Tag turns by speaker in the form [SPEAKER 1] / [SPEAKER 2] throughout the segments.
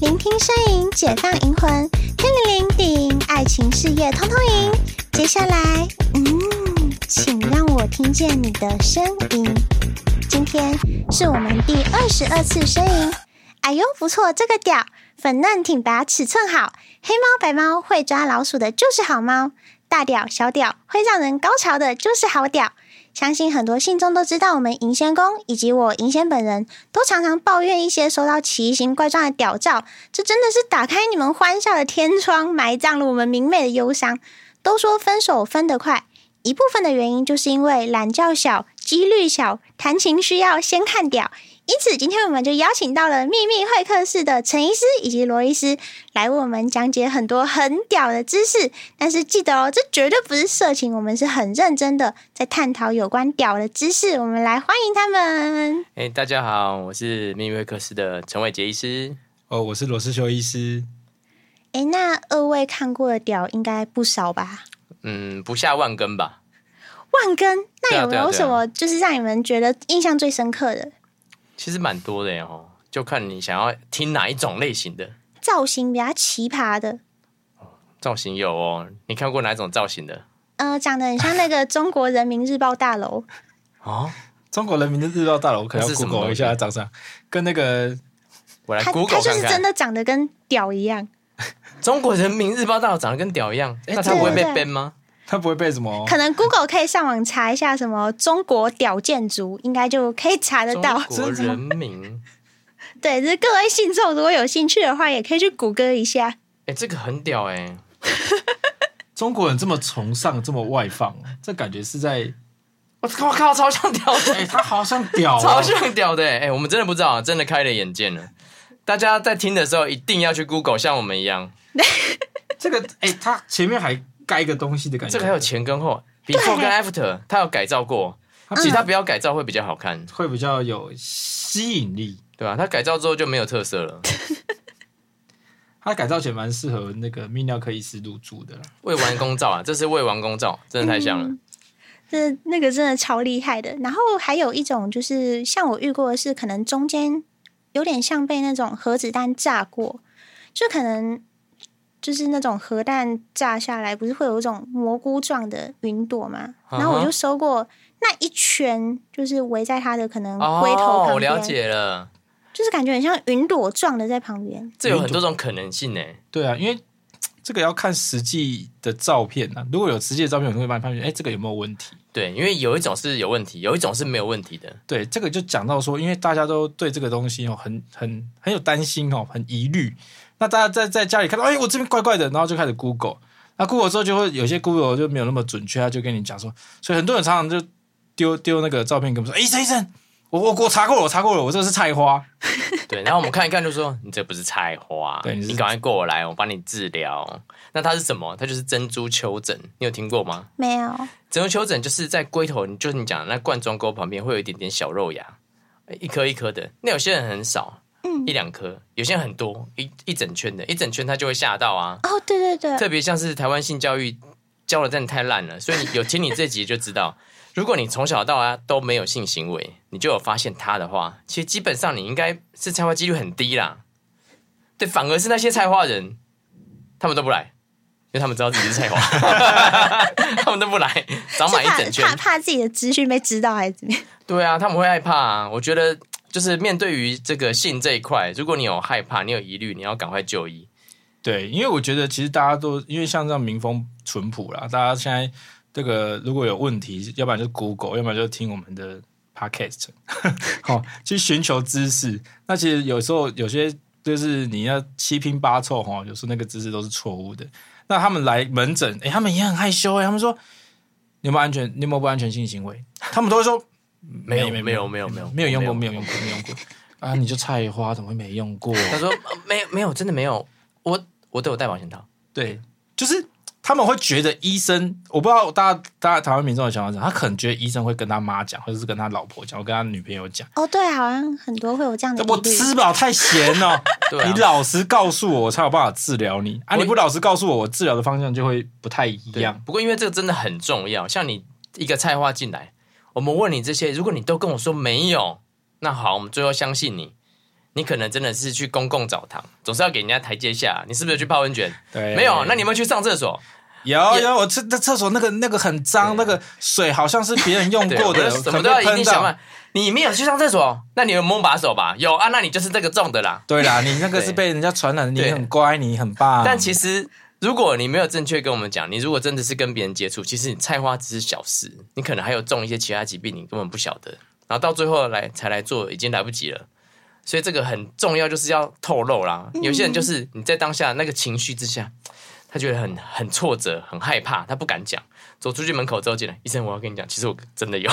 [SPEAKER 1] 聆听声音，解放银魂，天灵灵顶，爱情事业通通赢。接下来，嗯，请让我听见你的声音。今天是我们第二十二次声音。哎呦，不错，这个屌，粉嫩挺拔，尺寸好，黑猫白猫会抓老鼠的就是好猫，大屌小屌会让人高潮的就是好屌。相信很多信众都知道，我们银仙宫以及我银仙本人都常常抱怨一些收到奇形怪状的屌照，这真的是打开你们欢笑的天窗，埋葬了我们明媚的忧伤。都说分手分得快，一部分的原因就是因为懒觉小、几率小，谈情需要先看屌。因此，今天我们就邀请到了秘密会客室的陈医师以及罗医师来为我们讲解很多很屌的知识。但是记得哦，这绝对不是色情，我们是很认真的在探讨有关屌的知识。我们来欢迎他们。
[SPEAKER 2] 哎、大家好，我是秘密会客室的陈伟杰医师。
[SPEAKER 3] 哦，我是罗世修医师。
[SPEAKER 1] 诶，那二位看过的屌应该不少吧？
[SPEAKER 2] 嗯，不下万根吧。
[SPEAKER 1] 万根，
[SPEAKER 2] 对
[SPEAKER 1] 那
[SPEAKER 2] 啊
[SPEAKER 1] 有没
[SPEAKER 2] 对啊
[SPEAKER 1] 有
[SPEAKER 2] 对啊
[SPEAKER 1] 什么就是让你们觉得印象最深刻的
[SPEAKER 2] 其实蛮多的哦，就看你想要听哪一种类型的
[SPEAKER 1] 造型比较奇葩的？
[SPEAKER 2] 造型有哦。你看过哪种造型的？
[SPEAKER 1] 呃，长得很像那个中国人民日报大楼，
[SPEAKER 2] 哦，
[SPEAKER 3] 中国人民的日报大楼，我可能
[SPEAKER 2] 那
[SPEAKER 3] 要
[SPEAKER 2] 是什么
[SPEAKER 3] Google 一下它长啥，跟那个
[SPEAKER 2] 我 来
[SPEAKER 1] 他
[SPEAKER 2] Google
[SPEAKER 1] 他就
[SPEAKER 2] 看
[SPEAKER 1] 是真
[SPEAKER 2] 看。
[SPEAKER 1] 的长得跟屌一样，
[SPEAKER 2] 中国人民日报大佬长得跟屌一样，
[SPEAKER 3] 哎
[SPEAKER 2] 那他不会被
[SPEAKER 1] 对对
[SPEAKER 2] ban 吗？
[SPEAKER 3] 他不会被什
[SPEAKER 2] 哦
[SPEAKER 3] 么
[SPEAKER 1] 可能 Google 可以上网查一下什么中国屌建筑，应该就可以查得
[SPEAKER 2] 中
[SPEAKER 1] 到。
[SPEAKER 2] 国人 民，
[SPEAKER 1] 对，就是各位信众如果有兴趣的话，也可以去谷歌一下。
[SPEAKER 2] 哎、这个很屌哎、
[SPEAKER 3] 中国人这么崇尚、这么外放，这感觉是在
[SPEAKER 2] 我我靠，超像屌的，
[SPEAKER 3] 哎、他好像 屌、
[SPEAKER 2] 超
[SPEAKER 3] 哦，
[SPEAKER 2] 像屌的哎、哎我们真的不知道，真的开了眼界了。大家在听的时候一定要去 Google，像我们一样。
[SPEAKER 3] 这个哎、他前面还盖一个东西的感觉，
[SPEAKER 2] 这个还有前跟后，before 跟 after，它有改造过，
[SPEAKER 3] 它
[SPEAKER 2] 其他不要改造会比较好看，
[SPEAKER 3] 会比较有吸引力。
[SPEAKER 2] 对吧、它改造之后就没有特色了。
[SPEAKER 3] 他改造前蛮适合那个泌尿科医师入住的啦。
[SPEAKER 2] 未完工照啊，这是未完工照，真的太像了。
[SPEAKER 1] 嗯这那个真的超厉害的。然后还有一种就是像我遇过的是，可能中间有点像被那种核子弹炸过，就可能就是那种核弹炸下来，不是会有一种蘑菇状的云朵吗？
[SPEAKER 2] 嗯哼
[SPEAKER 1] 然后我就收过那一圈，就是围在它的可能龟头
[SPEAKER 2] 哦，
[SPEAKER 1] 旁
[SPEAKER 2] 我
[SPEAKER 1] 边，
[SPEAKER 2] 了解了，
[SPEAKER 1] 就是感觉很像云朵状的在旁边。
[SPEAKER 2] 这有很多种可能性呢、
[SPEAKER 3] 对啊，因为这个要看实际的照片啊，如果有实际的照片，我会帮你判断，哎、这个有没有问题？
[SPEAKER 2] 对，因为有一种是有问题，有一种是没有问题的。
[SPEAKER 3] 对，这个就讲到说，因为大家都对这个东西哦，很很很有担心哦，很疑虑。那大家在在家里看到，哎，我这边怪怪的，然后就开始 Google。那 Google 之后就会有些 Google 就没有那么准确，他就跟你讲说，所以很多人常常就丢丢那个照片给我们说，哎，医生医生，我我我查过了，我查过了，我这个是菜花。
[SPEAKER 2] 对，然后我们看一看，就说你这不是菜花，
[SPEAKER 3] 对你是
[SPEAKER 2] 你赶快过来，我帮你治疗。那它是什么？它就是珍珠丘疹，你有听过吗？
[SPEAKER 1] 没有，
[SPEAKER 2] 整个丘疹就是在龟头，就是你讲的那冠状沟旁边会有一点点小肉芽，一颗一颗的。那有些人很少，
[SPEAKER 1] 嗯
[SPEAKER 2] 一两颗；有些人很多，一一整圈的，一整圈他就会吓到啊。
[SPEAKER 1] 哦，对对对，
[SPEAKER 2] 特别像是台湾性教育教的真的太烂了，所以你有听你这集就知道， 如果你从小到大都没有性行为，你就有发现它的话，其实基本上你应该是菜花几率很低啦。对，反而是那些菜花人，他们都不来，因为他们知道自己 是菜花， 他们都不来，早买一整
[SPEAKER 1] 是
[SPEAKER 2] 圈
[SPEAKER 1] 怕。怕怕自己的资讯被知道还是怎么样？
[SPEAKER 2] 对啊，他们会害怕啊。我觉得就是面对于这个性这一块，如果你有害怕，你有疑虑，你要赶快就医。
[SPEAKER 3] 对，因为我觉得其实大家都因为像这样民风淳朴啦，大家现在这个如果有问题，要不然就 Google，要不然就听我们的 Podcast，好、去寻求知识。那其实有时候有些就是你要七拼八凑哈、有时候那个知识都是错误的。那他们来门诊，诶，他们也很害羞诶，他们说你有没有安全，你有没有不安全性行为？他们都会说
[SPEAKER 2] 没有，没有，没有，没有，
[SPEAKER 3] 没有用过，没有用过，没有用过啊！你就菜花，怎么会没用过？
[SPEAKER 2] 他说、呃没没有，真的没有，我我都有戴保险套。
[SPEAKER 3] 对，就是他们会觉得医生，我不知道大家大家台湾民众的想法是什么，他可能觉得医生会跟他妈讲，或者是跟他老婆讲，或跟他女朋友讲。
[SPEAKER 2] 嗯
[SPEAKER 1] 哦，对，好像很多会有这样的疑
[SPEAKER 3] 我
[SPEAKER 1] 虑。
[SPEAKER 3] 吃饱太闲了、
[SPEAKER 2] 对啊
[SPEAKER 3] 你老实告诉我，我才有办法治疗你啊！
[SPEAKER 2] 我
[SPEAKER 3] 你不老实告诉我，我治疗的方向就会不太一
[SPEAKER 2] 对
[SPEAKER 3] 样。
[SPEAKER 2] 不过因为这个真的很重要，像你一个菜花进来，我们问你这些，如果你都跟我说没有，那好，我们最后相信你。你可能真的是去公共澡堂，总是要给人家台阶下。你是不是有去泡温泉？
[SPEAKER 3] 对，
[SPEAKER 2] 没有，那你有没有去上厕所？
[SPEAKER 3] 有
[SPEAKER 2] 也
[SPEAKER 3] 有我厕那厕所那个那个很脏，
[SPEAKER 2] 对
[SPEAKER 3] 那个水好像是别人用
[SPEAKER 2] 对，
[SPEAKER 3] 过的，
[SPEAKER 2] 我们
[SPEAKER 3] 可
[SPEAKER 2] 什么
[SPEAKER 3] 能
[SPEAKER 2] 都要
[SPEAKER 3] 被
[SPEAKER 2] 一定
[SPEAKER 3] 喷
[SPEAKER 2] 想
[SPEAKER 3] 到
[SPEAKER 2] 办。。你没有去上厕所，那你有摸把手吧？有啊，那你就是这个中的啦。
[SPEAKER 3] 对啦，你那个
[SPEAKER 2] 对
[SPEAKER 3] 是被人家传染，你
[SPEAKER 2] 对
[SPEAKER 3] 很乖，你很棒。
[SPEAKER 2] 但其实，如果你没有正确跟我们讲，你如果真的是跟别人接触，其实你菜花只是小事，你可能还有中一些其他疾病，你根本不晓得。然后到最后来才来做，已经来不及了。所以这个很重要，就是要透露啦。有些人就是你在当下那个情绪之下，他觉得很很挫折，很害怕，他不敢讲。走出去门口之后进来，医生，我要跟你讲，其实我真的有。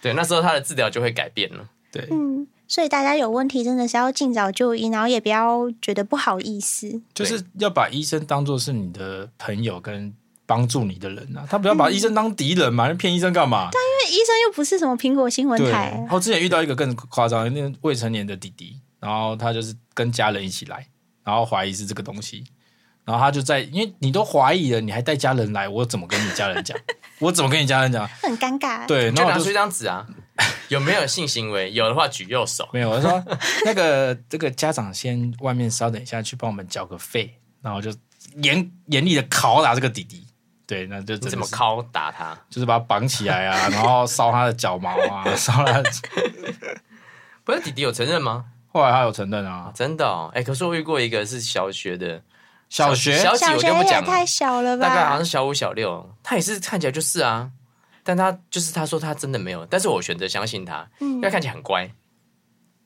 [SPEAKER 2] 对，那时候他的治疗就会改变了。
[SPEAKER 3] 对，
[SPEAKER 1] 嗯，所以大家有问题真的是要尽早就医，然后也不要觉得不好意思。
[SPEAKER 3] 就是要把医生当做是你的朋友跟帮助你的人啊，他不要把医生当敌人
[SPEAKER 2] 嗯
[SPEAKER 3] 嘛，那骗医生干嘛？
[SPEAKER 1] 因为医生又不是什么苹果新闻
[SPEAKER 3] 对，
[SPEAKER 1] 台
[SPEAKER 3] 然，后之前遇到一个更夸张的，那个未成年的弟弟，然后他就是跟家人一起来，然后怀疑是这个东西，然后他就在，因为你都怀疑了，你还带家人来，我怎么跟你家人讲？ 我怎么跟你家人讲？
[SPEAKER 1] 很尴尬。
[SPEAKER 3] 对，
[SPEAKER 2] 就
[SPEAKER 3] 然后
[SPEAKER 2] 拿
[SPEAKER 3] 我
[SPEAKER 2] 出
[SPEAKER 3] 就
[SPEAKER 2] 一张纸啊，有没有性行为？有的话举右手。
[SPEAKER 3] 没有，我说那个 这个家长先外面稍等一下，去帮我们缴个费，然后就严严厉的拷打这个弟弟。对，那就真
[SPEAKER 2] 你
[SPEAKER 3] 的
[SPEAKER 2] 怎么
[SPEAKER 3] 是
[SPEAKER 2] 敲打他？
[SPEAKER 3] 就是把他绑起来 啊，然后烧他的脚毛啊，烧他的。
[SPEAKER 2] 不是弟弟有承认吗？
[SPEAKER 3] 后来他有承认
[SPEAKER 2] 啊
[SPEAKER 3] 啊，
[SPEAKER 2] 真的哦，哎、可是我遇过一个是小学的，
[SPEAKER 3] 小学
[SPEAKER 2] 小几
[SPEAKER 1] 小
[SPEAKER 2] 我
[SPEAKER 1] 学
[SPEAKER 2] 就不
[SPEAKER 1] 也
[SPEAKER 2] 讲
[SPEAKER 1] 太
[SPEAKER 2] 了，
[SPEAKER 1] 小了
[SPEAKER 2] 大概好像
[SPEAKER 1] 吧？
[SPEAKER 2] 是小五小六，他也是看起来就是啊，但他就是他说他真的没有，但是我选择相信他，因
[SPEAKER 1] 嗯
[SPEAKER 2] 为他看起来很乖，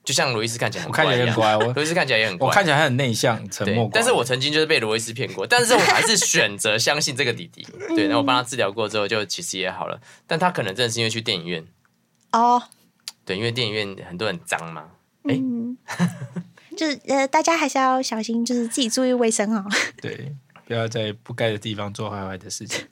[SPEAKER 2] 就像罗伊斯看起来
[SPEAKER 3] 我
[SPEAKER 2] 很
[SPEAKER 3] 看
[SPEAKER 2] 乖
[SPEAKER 3] 起
[SPEAKER 2] 一
[SPEAKER 3] 来
[SPEAKER 2] 样，
[SPEAKER 3] 很乖，我
[SPEAKER 2] 罗伊斯看起来也很乖，
[SPEAKER 3] 我看起来他很内向、沉默
[SPEAKER 2] 对
[SPEAKER 3] 寡，
[SPEAKER 2] 但是我曾经就是被罗伊斯骗过，但是我还是选择相信这个弟弟，对，然后我帮他治疗过之后，就其实也好了，但他可能真的是因为去电影院，
[SPEAKER 1] 哦，
[SPEAKER 2] 对，因为电影院很多人脏嘛，哎
[SPEAKER 1] 嗯， 就是呃，大家还是要小心，就是自己注意卫生哦。
[SPEAKER 3] 对，不要在不该的地方做坏坏的 事情。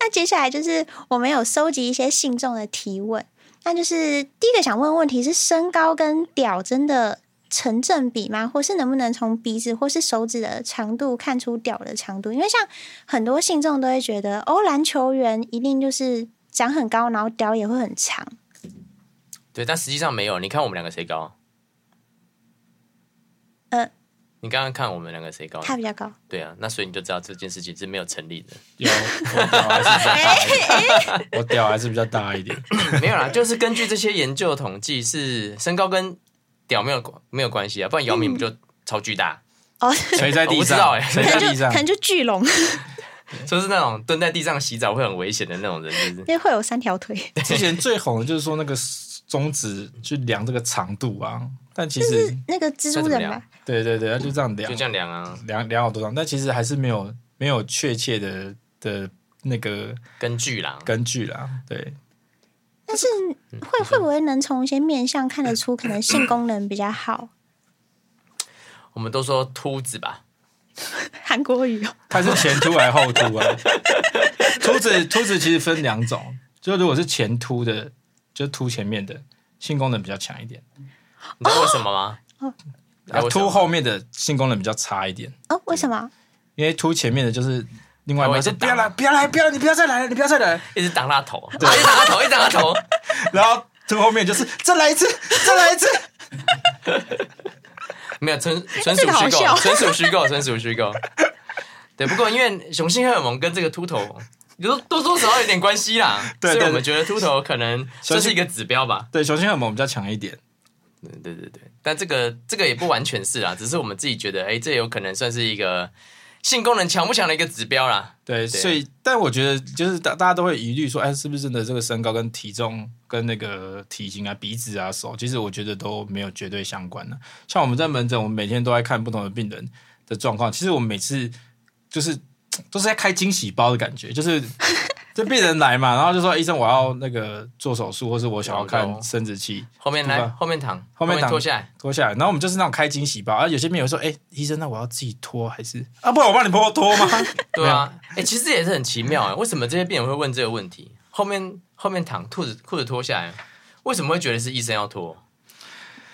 [SPEAKER 1] 那接下来就是我们有收集一些信众的提问，那就是第一个想问问题是：身高跟屌真的成正比吗？或是能不能从鼻子或是手指的长度看出屌的长度？因为像很多信众都会觉得，哦，篮球员一定就是长很高，然后屌也会很长。
[SPEAKER 2] 对，但实际上没有。你看我们两个谁高？
[SPEAKER 1] 呃，
[SPEAKER 2] 你刚刚看我们两个谁高？
[SPEAKER 1] 他比较高，
[SPEAKER 2] 对啊，那所以你就知道这件事情是没有成立的。
[SPEAKER 3] 有我屌还是比较大一点，我屌还是比较大一 点。
[SPEAKER 2] 没有啦，就是根据这些研究统计，是身高跟屌没有没有关系啊，不然姚明不就超巨大，
[SPEAKER 3] 垂在地
[SPEAKER 2] 我不知道
[SPEAKER 3] 上，
[SPEAKER 2] 欸
[SPEAKER 3] 垂
[SPEAKER 1] 可
[SPEAKER 3] 在
[SPEAKER 1] 能就
[SPEAKER 3] 地上
[SPEAKER 1] 可，能就巨 龙，
[SPEAKER 3] 嗯
[SPEAKER 2] 就是那种蹲在地上洗澡会很危险的那种人，就是
[SPEAKER 1] 因为会有三条腿。
[SPEAKER 3] 之前最红的就是说那个中指去量这个长度啊，但其实
[SPEAKER 1] 那个蜘蛛
[SPEAKER 2] 那怎么
[SPEAKER 1] 人
[SPEAKER 2] 量
[SPEAKER 1] 吧，
[SPEAKER 3] 对对对，他就这样量
[SPEAKER 2] 就这样量啊，
[SPEAKER 3] 量量好多长，但其实还是没有没有确切的的那个
[SPEAKER 2] 根据啦。
[SPEAKER 3] 根据啦。对，
[SPEAKER 1] 但是会会不会能从一些面相看得出，可能性功能比较好？
[SPEAKER 2] 我们都说秃子吧，
[SPEAKER 1] 韩国语哦，
[SPEAKER 3] 看是前凸还是后凸啊？ 凸子凸子其实分两种，就如果是前凸的，就凸前面的性功能比较强一点，
[SPEAKER 2] 你知道为什么吗？
[SPEAKER 3] 然后
[SPEAKER 2] 为什么
[SPEAKER 3] 凸后面的性功能比较差一点，
[SPEAKER 1] 哦，为什么？
[SPEAKER 3] 因为凸前面的哦就是另外一
[SPEAKER 2] 他会
[SPEAKER 3] 半
[SPEAKER 2] 一直
[SPEAKER 3] 说不要
[SPEAKER 2] 打
[SPEAKER 3] 来，不要来，不要来，你不要再来了，你不要再来了，
[SPEAKER 2] 一直挡他头，啊一直挡他头，一直挡他头。
[SPEAKER 3] 然后凸后面就是再来一次，再来一次。
[SPEAKER 2] 没有纯纯
[SPEAKER 1] 这
[SPEAKER 2] 属
[SPEAKER 1] 个好
[SPEAKER 2] 虚
[SPEAKER 1] 笑
[SPEAKER 2] 构，纯属虚构，纯属虚构。对，不过因为雄性荷尔蒙跟这个秃头多多多少少有点关系啦，
[SPEAKER 3] 对
[SPEAKER 2] 所以
[SPEAKER 3] 对
[SPEAKER 2] 我们觉得秃头可能
[SPEAKER 3] 雄性
[SPEAKER 2] 这是一个指标吧。
[SPEAKER 3] 对，雄性荷尔蒙比较强一点，
[SPEAKER 2] 对对对对，但这个这个也不完全是啦，只是我们自己觉得，哎，这有可能算是一个性功能强不强的一个指标啦。
[SPEAKER 3] 对，所以但我觉得就是大大家都会疑虑说，哎，是不是真的这个身高跟体重跟那个体型啊、鼻子啊、手，其实我觉得都没有绝对相关的、像我们在门诊，我们每天都在看不同的病人的状况，其实我们每次就是 都是在开惊喜包的感觉，就是这病人来嘛，然后就说医生我要那个做手术，或是我想要看生殖器，
[SPEAKER 2] 后面
[SPEAKER 3] 对
[SPEAKER 2] 来，
[SPEAKER 3] 吧
[SPEAKER 2] 后面躺，
[SPEAKER 3] 后面躺
[SPEAKER 2] 脱下来，
[SPEAKER 3] 脱下来，然后我们就是那种开惊喜包，啊，有些病友说，哎、医生，那我要自己脱还是啊？不然我帮你帮我脱吗？
[SPEAKER 2] 对啊，哎、其实也是很奇妙哎，为什么这些病人会问这个问题？后面后面躺，裤子裤子脱下来，为什么会觉得是医生要脱？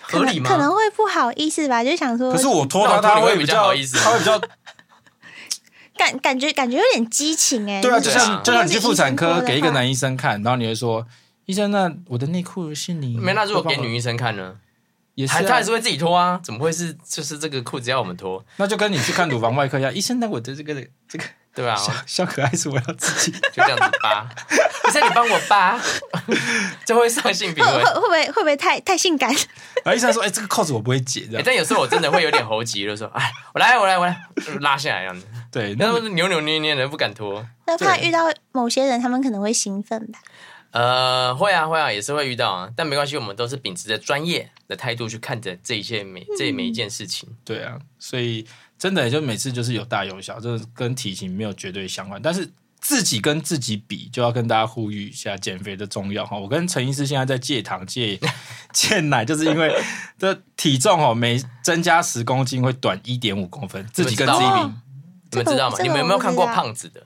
[SPEAKER 2] 合
[SPEAKER 1] 可
[SPEAKER 2] 理
[SPEAKER 1] 能
[SPEAKER 2] 吗？
[SPEAKER 1] 可能会不好意思吧，就想说
[SPEAKER 3] 可是我脱他，
[SPEAKER 2] 那我脱
[SPEAKER 3] 他
[SPEAKER 2] 你会
[SPEAKER 3] 会
[SPEAKER 2] 比
[SPEAKER 3] 比
[SPEAKER 2] 较
[SPEAKER 3] 较
[SPEAKER 2] 好意思
[SPEAKER 3] 他会比较
[SPEAKER 1] 感感觉感觉有点激情哎、
[SPEAKER 3] 对啊，
[SPEAKER 1] 如
[SPEAKER 3] 就
[SPEAKER 1] 果
[SPEAKER 2] 对
[SPEAKER 3] 像
[SPEAKER 2] 啊
[SPEAKER 3] 就像你去妇产
[SPEAKER 1] 如
[SPEAKER 3] 科
[SPEAKER 1] 果是医生脱的话
[SPEAKER 3] 给一个男医生看，然后你会说，医生，那我的内裤是你
[SPEAKER 2] 没，那如果给
[SPEAKER 3] 会帮我
[SPEAKER 2] 女医生看呢？
[SPEAKER 3] 也是、
[SPEAKER 2] 还他
[SPEAKER 3] 啊
[SPEAKER 2] 还，是会自己脱啊？怎么会是就是这个裤子要我们脱？
[SPEAKER 3] 那就跟你去看乳房外科一样，医生，那我的这个这个
[SPEAKER 2] 对啊，
[SPEAKER 3] 小小可爱是我要自己，
[SPEAKER 2] 就这样子扒。医生，你帮我扒， 就会上性评
[SPEAKER 1] 会
[SPEAKER 2] 论
[SPEAKER 1] 会。会不会会不会太太性感？
[SPEAKER 3] 然后医生说，哎、这个扣子我不会解，这
[SPEAKER 2] 欸
[SPEAKER 3] 样
[SPEAKER 2] 但有时候我真的会有点猴急，就说：“哎，我来，我来，我来，拉下来这样子。”
[SPEAKER 3] 对，
[SPEAKER 2] 那
[SPEAKER 3] 那
[SPEAKER 2] 都是扭扭捏捏的，不敢脱。
[SPEAKER 1] 那怕
[SPEAKER 3] 对
[SPEAKER 1] 遇到某些人，他们可能会兴奋吧？
[SPEAKER 2] 呃，会啊，会啊，也是会遇到啊，但没关系，我们都是秉持着专业的态度去看着这一切每这每一件事情。
[SPEAKER 3] 对啊，所以真的就每次就是有大有小，这跟体型没有绝对相关，但是。自己跟自己比，就要跟大家呼吁一下减肥的重要哈。我跟陈医师现在在戒糖、戒戒奶，就是因为这体重哦，每增加十公斤会短一点五公分。自己跟自己
[SPEAKER 1] 哦
[SPEAKER 2] 你
[SPEAKER 3] 比，
[SPEAKER 1] 这
[SPEAKER 2] 们
[SPEAKER 1] 个
[SPEAKER 2] 知道吗？
[SPEAKER 1] 这个
[SPEAKER 2] 你们有没有看过
[SPEAKER 1] 我不知道
[SPEAKER 2] 胖子的？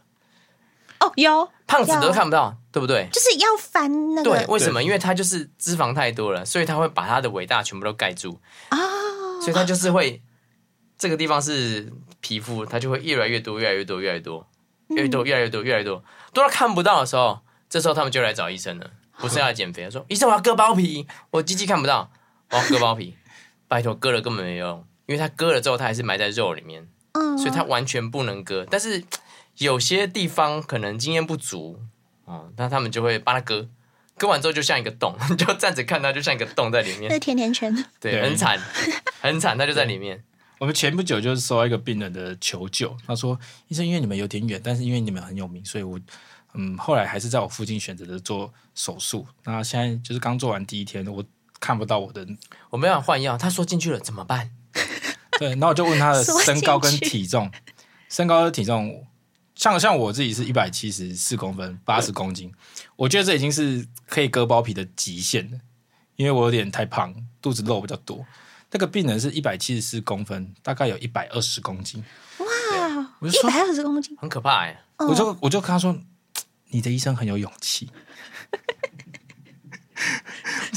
[SPEAKER 1] 哦，有
[SPEAKER 2] 胖子都
[SPEAKER 1] 有
[SPEAKER 2] 看不到，对不对？
[SPEAKER 1] 就是要翻那个
[SPEAKER 2] 对，为什么？因为他就是脂肪太多了，所以他会把他的伟大全部都盖住，
[SPEAKER 1] 啊，
[SPEAKER 2] 所以他就是会这个地方是皮肤，它就会越来越多，越来越多，越来越多，
[SPEAKER 1] 嗯
[SPEAKER 2] 越来越多，越来越多，越来越多，多到看不到的时候，这时候他们就来找医生了，不是要来减肥，说医生我要割包皮，我鸡鸡看不到，我要割包皮，拜托割了根本没用，因为他割了之后，他还是埋在肉里面，
[SPEAKER 1] 嗯，
[SPEAKER 2] 所以它完全不能割。但是有些地方可能经验不足，哦，那他们就会帮他割，割完之后就像一个洞， 你就站着看它，就像一个洞在里
[SPEAKER 1] 那
[SPEAKER 2] 面
[SPEAKER 1] 个，甜甜圈，
[SPEAKER 2] 对，
[SPEAKER 3] 对
[SPEAKER 2] 很惨，很惨，它就在里面。
[SPEAKER 3] 我们前不久就是收到一个病人的求救，他说：“医生，因为你们有点远，但是因为你们很有名，所以我嗯后来还是在我附近选择了做手术。那现在就是刚做完第一天，我看不到我的
[SPEAKER 2] 我没办法换药，他说进去了怎么办？
[SPEAKER 3] 对，然后我就问他 的
[SPEAKER 1] 缩进
[SPEAKER 3] 身高跟
[SPEAKER 1] 去
[SPEAKER 3] 体重，身高跟体重，像像我自己是一百七十四公分，八十公斤，我觉得这已经是可以割包皮的极限了，因为我有点太胖，肚子肉比较多。那个病人是一百七十四公分，大概有一百二十公斤，
[SPEAKER 1] 哇，啊
[SPEAKER 3] 我就
[SPEAKER 1] 一
[SPEAKER 3] 说
[SPEAKER 1] 百二十公斤，
[SPEAKER 2] 很可怕哎、
[SPEAKER 1] 哦
[SPEAKER 3] 我就我就跟他说，你的医生很有勇气，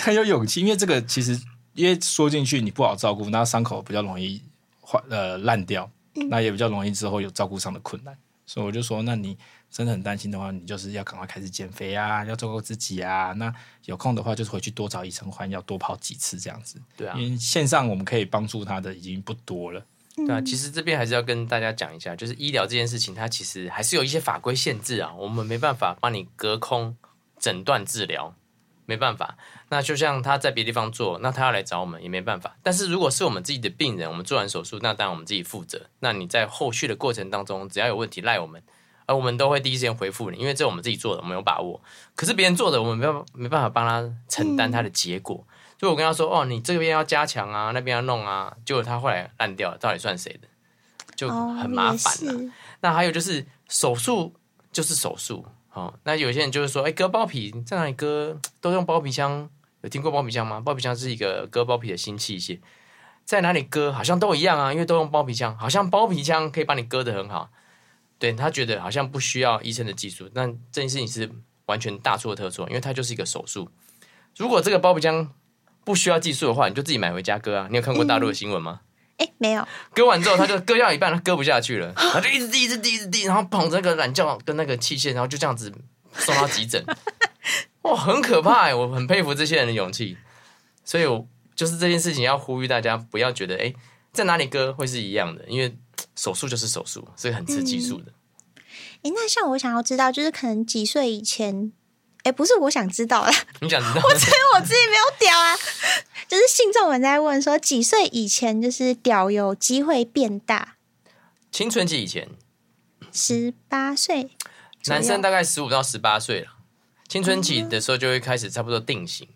[SPEAKER 3] 很有勇气，因为这个其实因为缩进去你不好照顾，那伤口比较容易坏呃烂掉，
[SPEAKER 2] 嗯
[SPEAKER 3] 那也比较容易之后有照顾上的困难，所以我就说，那你真的很担心的话，你就是要赶快开始减肥啊，要照顾自己啊，那有空的话就是回去多找医生换药，多跑几次这样子，
[SPEAKER 2] 对啊，
[SPEAKER 3] 因为线上我们可以帮助他的已经不多了，
[SPEAKER 2] 对啊。其实这边还是要跟大家讲一下，就是医疗这件事情，它其实还是有一些法规限制啊，我们没办法帮你隔空诊断治疗，没办法。那就像他在别的地方做，那他要来找我们也没办法。但是如果是我们自己的病人，我们做完手术，那当然我们自己负责。那你在后续的过程当中，只要有问题赖我们，而我们都会第一时间回复你，因为这我们自己做的，我们有把握。可是别人做的，我们没办法没办法帮他承担他的结果。所以我跟他说：“哦，你这边要加强啊，那边要弄啊。”结果他后来烂掉了，到底算谁的？就
[SPEAKER 1] 哦
[SPEAKER 2] 很麻
[SPEAKER 1] 也
[SPEAKER 2] 烦啊。
[SPEAKER 1] 是
[SPEAKER 2] 那还有就是手术就是手术，哦，那有些人就是说，哎、割包皮在哪里割？都用包皮枪，有听过包皮枪吗？包皮枪是一个割包皮的新器械，在哪里割好像都一样啊，因为都用包皮枪，好像包皮枪可以把你割得很好。对他觉得好像不需要医生的技术，但这件事情是完全大错特错，因为它就是一个手术。如果这个包皮枪不需要技术的话，你就自己买回家割啊。你有看过大陆的新闻吗？
[SPEAKER 1] 哎，没有，
[SPEAKER 2] 割完之后，他就割掉一半，他割不下去了，他就一直滴，一直滴，一直滴，然后捧着那个懒觉跟那个器械，然后就这样子送到急诊。哇，很可怕哎！我很佩服这些人的勇气。所以我就是这件事情要呼吁大家，不要觉得哎、诶在哪里割会是一样的，因为手术就是手术，是很吃技术的。
[SPEAKER 1] 哎，那像我想要知道，就是可能几岁以前，哎，不是我想知道啦，
[SPEAKER 2] 你想知道？
[SPEAKER 1] 我自己没有屌啊，就是信众们在问说，几岁以前就是屌有机会变大？
[SPEAKER 2] 青春期以前，
[SPEAKER 1] 十八岁左右
[SPEAKER 2] 男生大概十五到十八岁了，青春期的时候就会开始差不多定型。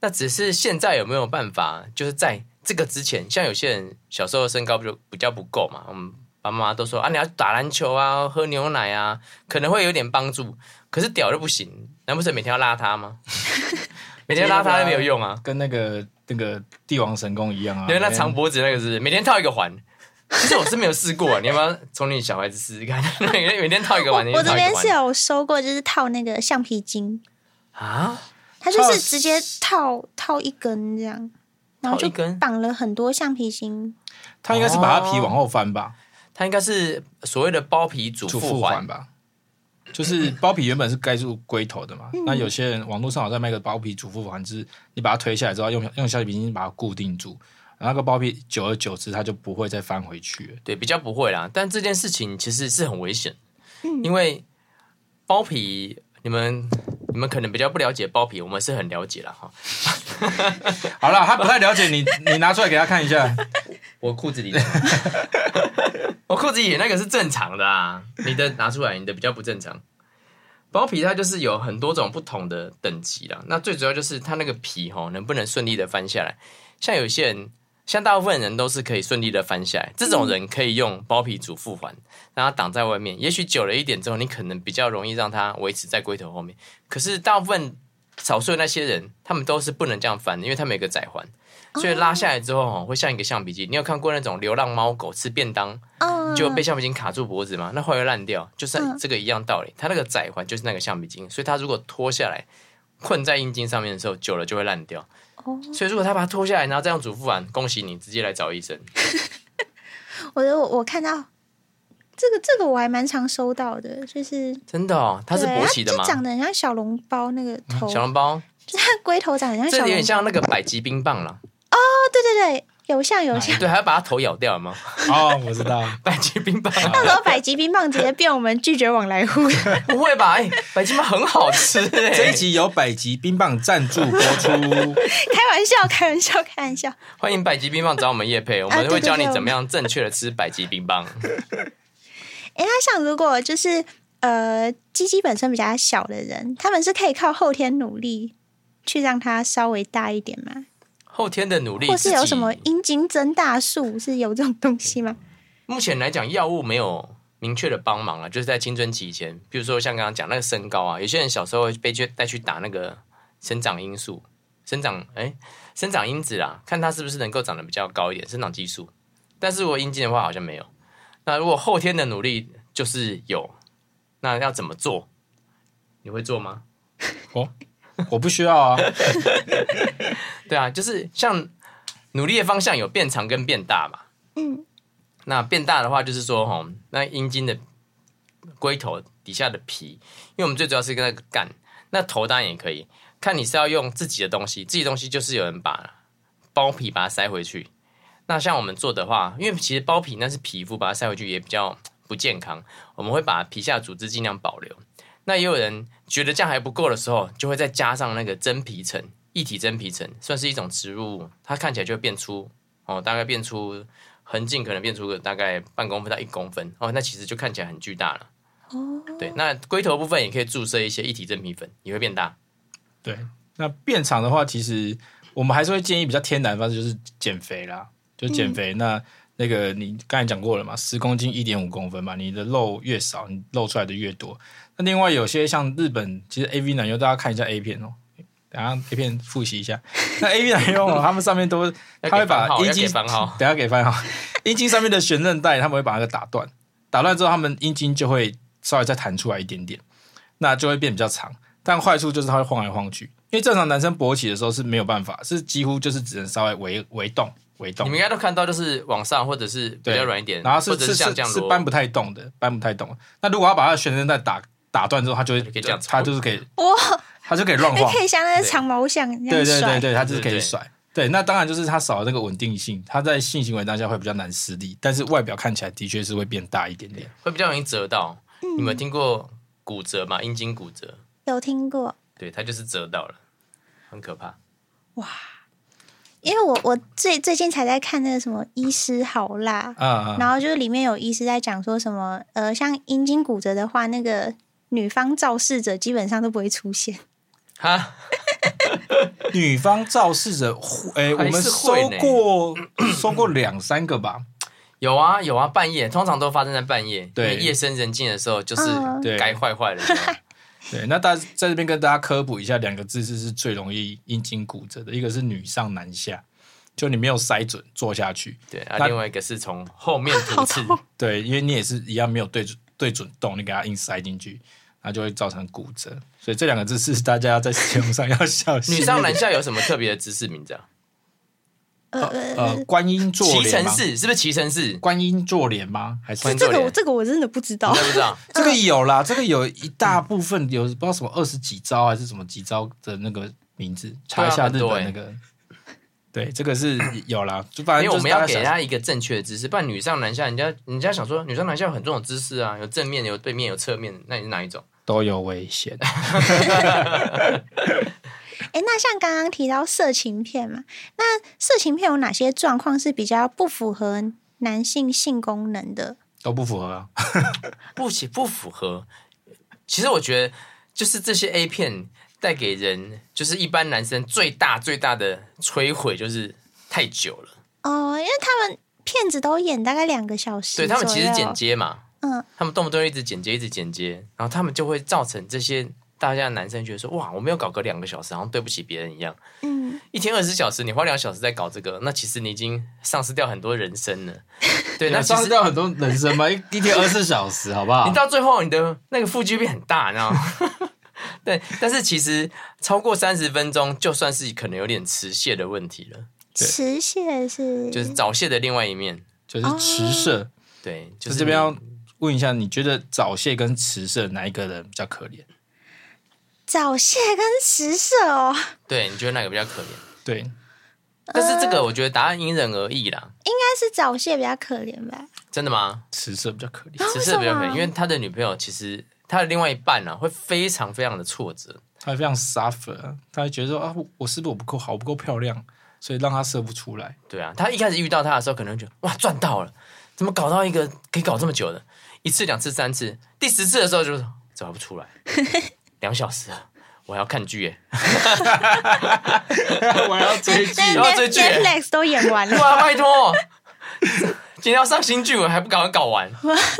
[SPEAKER 2] 那只是现在有没有办法，就是在这个之前，像有些人小时候身高就比较不够嘛，我们爸妈都说啊，你要打篮球啊，喝牛奶啊，可能会有点帮助。可是屌就不行，难不成每天要拉他吗？每天拉他都没有用啊。
[SPEAKER 3] 跟那个那个帝王神功一样啊。
[SPEAKER 2] 因为那
[SPEAKER 3] 每天
[SPEAKER 2] 长脖子那个是不是每天套一个环。其实我是没有试过、啊，你要不要从你小孩子试试看？ 每天每天套一个
[SPEAKER 1] 我
[SPEAKER 2] 环，每
[SPEAKER 1] 我
[SPEAKER 2] 天
[SPEAKER 1] 这
[SPEAKER 2] 套一
[SPEAKER 1] 边
[SPEAKER 2] 个
[SPEAKER 1] 是
[SPEAKER 2] 环
[SPEAKER 1] 有收过，就是套那个橡皮筋，
[SPEAKER 2] 啊，
[SPEAKER 1] 它就
[SPEAKER 3] 套
[SPEAKER 1] 是直接套套一根这样，然后
[SPEAKER 2] 套
[SPEAKER 1] 就
[SPEAKER 2] 一根
[SPEAKER 1] 绑了很多橡皮筋。
[SPEAKER 3] 他应该是把他皮往后翻吧，
[SPEAKER 2] 它应该是所谓的包皮主
[SPEAKER 3] 主
[SPEAKER 2] 妇
[SPEAKER 3] 妇
[SPEAKER 2] 环
[SPEAKER 3] 环，吧。就是包皮原本是盖住龟头的嘛，那有些人网络上好像卖个包皮主妇环，就是你把它推下来之后，用用橡皮筋把它固定住，然后那个包皮久而久之它就不会再翻回去了。
[SPEAKER 2] 对，比较不会啦。但这件事情其实是很危险，因为包皮，你们你们可能比较不了解包皮，我们是很了解啦。哈。
[SPEAKER 3] 好了，他不太了解你， 你拿出来给他看一下。
[SPEAKER 2] 我裤子里的， 我裤子里的那个是正常的啊，你的拿出来，你的比较不正常。包皮它就是有很多种不同的等级啦，那最主要就是它那个皮哈能不能顺利的翻下来。像有些人，像大部分人都是可以顺利的翻下来，这种人可以用包皮主妇环让它挡在外面。也许久了一点之后，你可能比较容易让它维持在龟头后面。可是大部分少数的那些人，他们都是不能这样翻的，因为他们有个窄环。所以拉下来之后哦，会像一个橡皮筋。你有看过那种流浪猫狗吃便当
[SPEAKER 1] 嗯，
[SPEAKER 2] 就被橡皮筋卡住脖子吗？那会会烂掉，就是
[SPEAKER 1] 嗯
[SPEAKER 2] 这个一样道理。它那个窄环就是那个橡皮筋，所以它如果脱下来困在阴茎上面的时候，久了就会烂掉。
[SPEAKER 1] 哦
[SPEAKER 2] 所以如果他把它脱下来，然后再用主妇丸，恭喜你，直接来找医生。
[SPEAKER 1] 我我我看到这个这个我还蛮常收到的，就是
[SPEAKER 2] 真的哦，它是
[SPEAKER 1] 对
[SPEAKER 2] 勃起的
[SPEAKER 1] 它
[SPEAKER 2] 吗嗯
[SPEAKER 1] 就？长得很像小笼包那个头，
[SPEAKER 2] 小笼包，
[SPEAKER 1] 就是 它龟头长得很像
[SPEAKER 2] 这
[SPEAKER 1] 小
[SPEAKER 2] 有
[SPEAKER 1] 笼包。
[SPEAKER 2] 点像那个百吉冰棒了。
[SPEAKER 1] 哦，对对对，有像有像。
[SPEAKER 2] 对，还要把它头咬掉吗？
[SPEAKER 3] 哦，我知道，
[SPEAKER 2] 百吉冰棒啊
[SPEAKER 1] 到时候百吉冰棒直接变我们拒绝往来 户。
[SPEAKER 2] 不会吧？哎，百吉冰棒很 好吃哎。
[SPEAKER 3] 这一集由百吉冰棒赞助播出。
[SPEAKER 1] 开玩笑，开玩笑，开玩笑。
[SPEAKER 2] 欢迎百吉冰棒找我们叶配，我
[SPEAKER 1] 啊
[SPEAKER 2] 们
[SPEAKER 1] 对
[SPEAKER 2] 会教
[SPEAKER 1] 对
[SPEAKER 2] 你
[SPEAKER 1] 对
[SPEAKER 2] 怎么样正确的吃百吉 冰棒。
[SPEAKER 1] 哎，他想，如果就是呃，鸡鸡本身比较小的人，他们是可以靠后天努力去让它稍微大一点吗？
[SPEAKER 2] 后天的努力，
[SPEAKER 1] 或是有什么
[SPEAKER 2] 自己
[SPEAKER 1] 阴茎增大术是有这种东西吗？
[SPEAKER 2] 目前来讲，药物没有明确的帮忙啊，就是在青春期以前，比如说像刚刚讲那个身高啊，有些人小时候会被去带去打那个生长因素、生长哎、生长因子啦，看他是不是能够长得比较高一点，生长激素。但是如果阴茎的话，好像没有。那如果后天的努力就是有，那要怎么做？你会做吗？
[SPEAKER 3] 我不需要啊，
[SPEAKER 2] 对啊，就是像努力的方向有变长跟变大嘛。
[SPEAKER 1] 嗯，
[SPEAKER 2] 那变大的话，就是说，吼，那阴茎的龟头底下的皮，因为我们最主要是跟那个干，那头当然也可以，看你是要用自己的东西，自己的东西就是有人把包皮把它塞回去。那像我们做的话，因为其实包皮那是皮肤，把它塞回去也比较不健康，我们会把皮下组织尽量保留。那也有人觉得这样还不够的时候，就会再加上那个真皮层，一体真皮层，算是一种植入物，它看起来就会变粗哦，大概变粗横径可能变出个大概半公分到一公分哦，那其实就看起来很巨大了。哦，对，那龟头部分也可以注射一些一体真皮粉，也会变大。
[SPEAKER 3] 对，那变长的话，其实我们还是会建议比较天然的方式，就是减肥啦，就
[SPEAKER 2] 嗯
[SPEAKER 3] 减肥。那那个你刚才讲过了嘛，十公斤一点五公分嘛，你的肉越少，你露出来的越多。那另外有些像日本，其实 A V 男优大家看一下 A 片哦。等一下 A 片复习一下，那 A V 男优哦他们上面都
[SPEAKER 2] 要给
[SPEAKER 3] 他会把
[SPEAKER 2] 番号
[SPEAKER 3] 阴
[SPEAKER 2] 要给
[SPEAKER 3] 茎
[SPEAKER 2] 番号
[SPEAKER 3] 等一下 给番号，阴茎上面的悬韧带他们会把那个打断，打断之后他们阴茎就会稍微再弹出来一点点，那就会变比较长。但坏处就是它会晃来晃去，因为正常男生勃起的时候是没有办法，是几乎就是只能稍微微微动微动
[SPEAKER 2] 你们，应该都看到，就是往上或者是比
[SPEAKER 3] 对
[SPEAKER 2] 较软一点，
[SPEAKER 3] 然后
[SPEAKER 2] 或
[SPEAKER 3] 是
[SPEAKER 2] 者
[SPEAKER 3] 是
[SPEAKER 2] 像
[SPEAKER 3] 是
[SPEAKER 2] 这样
[SPEAKER 3] 是
[SPEAKER 2] 裸
[SPEAKER 3] 搬不太动的，搬不太动。那如果要把他的全身带打打断之后，他就会
[SPEAKER 2] 就可以这样子
[SPEAKER 3] 他就是可以
[SPEAKER 1] 哇，
[SPEAKER 3] 他就可以乱
[SPEAKER 1] 那
[SPEAKER 3] 晃，
[SPEAKER 1] 哎可以像那个长毛象一样
[SPEAKER 3] 对对对
[SPEAKER 1] 甩。
[SPEAKER 3] 对，他就是可
[SPEAKER 2] 对对
[SPEAKER 3] 以甩。对，那当然就是他少了那个稳定性，他在性行为当下会比较难施力，但是外表看起来的确是会变大一点点。
[SPEAKER 2] 会比较容易折到。你们有听过骨折吗？阴茎骨折，
[SPEAKER 1] 有听过，
[SPEAKER 2] 对，它就是折到了，很可怕。
[SPEAKER 1] 因为我我最最近才在看那个什么《医师好辣》，
[SPEAKER 3] 啊、嗯，
[SPEAKER 1] 然后就是里面有医师在讲说什么，呃，像阴茎骨折的话，那个女方肇事者基本上都不会出 现。
[SPEAKER 2] 哈，
[SPEAKER 3] 女方肇事者，哎、我
[SPEAKER 2] 还
[SPEAKER 3] 们
[SPEAKER 2] 是会
[SPEAKER 3] 收
[SPEAKER 2] 呢
[SPEAKER 3] 过收过两三个吧，
[SPEAKER 2] 有啊有啊，半夜通常都发生在半夜，因为
[SPEAKER 3] 对
[SPEAKER 2] 夜深人静的时候就是
[SPEAKER 1] 嗯
[SPEAKER 3] 对
[SPEAKER 2] 该坏坏的时候。
[SPEAKER 3] 对，那大在这边跟大家科普一下，两个姿势是最容易阴茎骨折的，一个是女上男下，就你没有塞准坐下去，
[SPEAKER 2] 对， 啊，
[SPEAKER 3] 那
[SPEAKER 2] 另外一个是从后面突刺，
[SPEAKER 3] 对，因为你也是一样没有对准对准洞，你给它硬塞进去，那就会造成骨折。所以这两个姿势大家在使用上要小心。
[SPEAKER 2] 女上男下有什么特别的姿势名字啊？哦
[SPEAKER 1] 呃 呃，
[SPEAKER 3] 呃，观音坐
[SPEAKER 2] 骑
[SPEAKER 3] 莲
[SPEAKER 2] 乘
[SPEAKER 3] 吗？
[SPEAKER 2] 式是不是骑乘式？
[SPEAKER 3] 观音坐莲吗？还是
[SPEAKER 2] 观音
[SPEAKER 4] 这
[SPEAKER 2] 坐
[SPEAKER 4] 个
[SPEAKER 2] 莲
[SPEAKER 4] 我这个我真的不知道
[SPEAKER 2] 你知。不知道？
[SPEAKER 3] 这个有啦，这个有一大部分有不知道什么二十几招还是什么几招的那个名字，查一下
[SPEAKER 2] 很
[SPEAKER 3] 日
[SPEAKER 2] 多
[SPEAKER 3] 本
[SPEAKER 2] 欸
[SPEAKER 3] 那个。对，这个是有 啦，就反
[SPEAKER 2] 因为
[SPEAKER 3] 正
[SPEAKER 2] 我
[SPEAKER 3] 就是
[SPEAKER 2] 们要
[SPEAKER 3] 大家
[SPEAKER 2] 给
[SPEAKER 3] 想
[SPEAKER 2] 人家一个正确的姿势，不然女上男下，人家人家想说女上男下有很多种姿势啊，有正面、有对面、有侧面，那你是哪一种？
[SPEAKER 3] 都有 危险。
[SPEAKER 1] 哎，那像刚刚提到色情片嘛，那色情片有哪些状况是比较不符合男性性功能的？
[SPEAKER 3] 都不符合、啊，
[SPEAKER 2] 不行，不符合。其实我觉得，就是这些 A 片带给人，就是一般男生最大最大的摧毁，就是太久了。
[SPEAKER 1] 哦，因为他们骗子都演大概两个小时，
[SPEAKER 2] 对他们其实剪，接嘛，
[SPEAKER 1] 嗯，
[SPEAKER 2] 他们动不动一直剪接，一直剪接，然后他们就会造成这些大家的男生觉得说，哇，我没有搞个两个小时，好像对不起别人一样。
[SPEAKER 1] 嗯，
[SPEAKER 2] 一天二十小时，你花两小时在搞这个，那其实你已经丧失掉很多人生了。 对，那其
[SPEAKER 3] 丧失
[SPEAKER 2] 实
[SPEAKER 3] 掉很多人生 嘛，一一天二十四小时，好不好
[SPEAKER 2] 你？到最后你的那个腹肌变很大，你知道吗？ 对，但是其实超过三十分钟，就算是可能有点迟泄的问题
[SPEAKER 1] 嗯
[SPEAKER 2] 了，
[SPEAKER 3] 对
[SPEAKER 1] 持械是
[SPEAKER 2] 就是早泄的另外一面。
[SPEAKER 3] 就是迟
[SPEAKER 2] 哦
[SPEAKER 3] 射。
[SPEAKER 2] 对，就
[SPEAKER 3] 就
[SPEAKER 2] 你
[SPEAKER 3] 是是这边要问一下，你觉得早泄跟迟射哪一个人比较可怜？
[SPEAKER 1] 早泄跟持射哦，
[SPEAKER 2] 对，你觉得哪个比较可怜？
[SPEAKER 3] 对，
[SPEAKER 1] 呃
[SPEAKER 2] 但是这个我觉得答案因人而异啦。
[SPEAKER 1] 应该是早泄比较可怜吧？
[SPEAKER 2] 真的吗？
[SPEAKER 3] 迟射比较可怜，
[SPEAKER 2] 只是比较可
[SPEAKER 1] 啊为什
[SPEAKER 2] 怜，
[SPEAKER 1] 么
[SPEAKER 2] 因为他的女朋友其实他的另外一半啊，会非常非常的挫折。
[SPEAKER 3] 他非常 suffer，啊他会觉得说啊，我我是不是我不够好，我不够漂亮，所以让他射不 出来。
[SPEAKER 2] 对啊，他一开始遇到他的时候，可能觉得哇赚到了，怎么搞到一个可以搞这么久的？一次、两次、三次，第十次的时候 就是找不出来，两小时了，我还要看剧耶，
[SPEAKER 3] 我要追剧
[SPEAKER 2] 然后追剧
[SPEAKER 1] Netflix 都演完了，
[SPEAKER 2] 哇，拜托，今天要上新剧，我还不赶快搞完？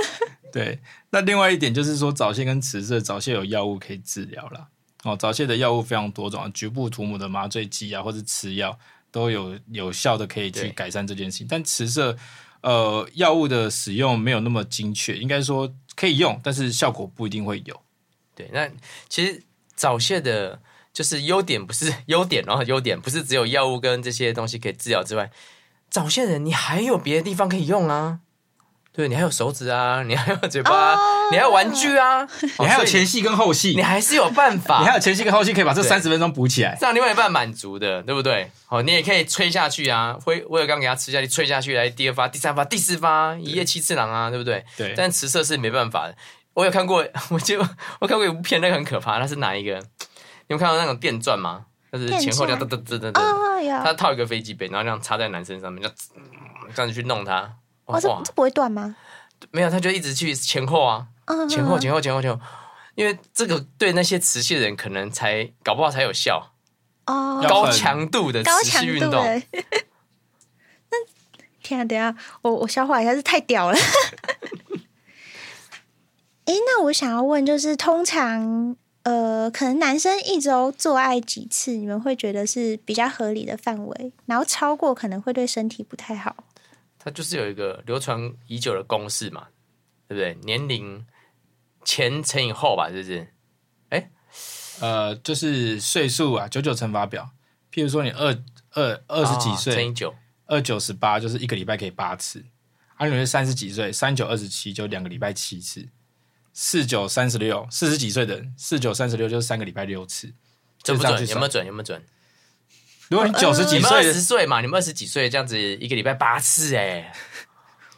[SPEAKER 3] 对，那另外一点就是说，早泄跟迟射，早泄有药物可以治疗啦。哦，早泄的药物非常多种，啊局部涂抹的麻醉剂啊，或是吃药都有有效的可以去
[SPEAKER 2] 对
[SPEAKER 3] 改善这件事情。但迟射，呃，药物的使用没有那么精确，应该说可以用，但是效果不一定会有。
[SPEAKER 2] 哦对，那其实早泄的，就是优点不是 优点，然后优点不是只有药物跟这些东西可以治疗之外，早泄人你还有别的地方可以用啊。对你还有手指啊，你还有嘴巴啊、
[SPEAKER 1] 哦
[SPEAKER 2] 你还有玩具啊，
[SPEAKER 3] 你还
[SPEAKER 2] 哦
[SPEAKER 3] 有
[SPEAKER 2] 所以
[SPEAKER 3] 前戏跟后戏，
[SPEAKER 2] 你还是有办
[SPEAKER 3] 你还
[SPEAKER 2] 法
[SPEAKER 3] 有前戏跟后戏可以把这
[SPEAKER 2] 对
[SPEAKER 3] 三十分钟补起来。
[SPEAKER 2] 让另外一半满足的，对不对？好，你也可以吹下去啊，威威尔刚给他吃下去，吹下去，来第二发、第三发、第四发，一夜七次郎啊，对不对？
[SPEAKER 3] 对，
[SPEAKER 2] 但迟射是没办法的。我有看过， 我就我看过一部片，那个很可怕，那是哪一个？你们看到那种电钻吗？就是前后这样
[SPEAKER 1] 电钻
[SPEAKER 2] 噔噔噔噔噔，
[SPEAKER 1] 哦有，
[SPEAKER 2] 他套一个飞机杯，然后这样插在男生上面，这样这样子去弄他。哇
[SPEAKER 1] 哦这
[SPEAKER 2] 哇
[SPEAKER 1] 这，不会断吗？
[SPEAKER 2] 没有，他就一直去前后啊，
[SPEAKER 1] 嗯，
[SPEAKER 2] 前后前后前后前后，因为这个对那些持续的人可能才搞不好才有效。
[SPEAKER 1] 哦
[SPEAKER 3] 要
[SPEAKER 2] 高
[SPEAKER 3] 很
[SPEAKER 2] 强度的
[SPEAKER 1] 高
[SPEAKER 2] 持
[SPEAKER 1] 强
[SPEAKER 2] 续运
[SPEAKER 1] 度
[SPEAKER 2] 动，
[SPEAKER 1] 的。 那天啊，等一下我我消化一下，是太屌 了。诶，那我想要问，就是通常呃，可能男生一周做爱几次，你们会觉得是比较合理的范围，然后超过可能会对身体不太 好。
[SPEAKER 2] 它就是有一个流传已久的公式嘛，对不对？年龄前乘以后吧，是不是？
[SPEAKER 3] 呃，就是岁数啊，九九乘法表。譬如说你二二二十几
[SPEAKER 2] 哦乘以
[SPEAKER 3] 岁，
[SPEAKER 2] 九，
[SPEAKER 3] 二九十八，就是一个礼拜可以八次。啊，你是三十几岁，三九二十七，就两个礼拜七次。四九三十六，四十几岁的人，四九三十六就是三个礼拜六次。
[SPEAKER 2] 准不
[SPEAKER 3] 就这样
[SPEAKER 2] 准？
[SPEAKER 3] 去
[SPEAKER 2] 有
[SPEAKER 3] 算
[SPEAKER 2] 没有准？有没有准？
[SPEAKER 3] 如果你九十
[SPEAKER 2] 呃你
[SPEAKER 3] 几
[SPEAKER 2] 们二
[SPEAKER 3] 岁
[SPEAKER 2] 十
[SPEAKER 3] 的，
[SPEAKER 2] 岁嘛？你们二十几岁这样子，一个礼拜八次，哎，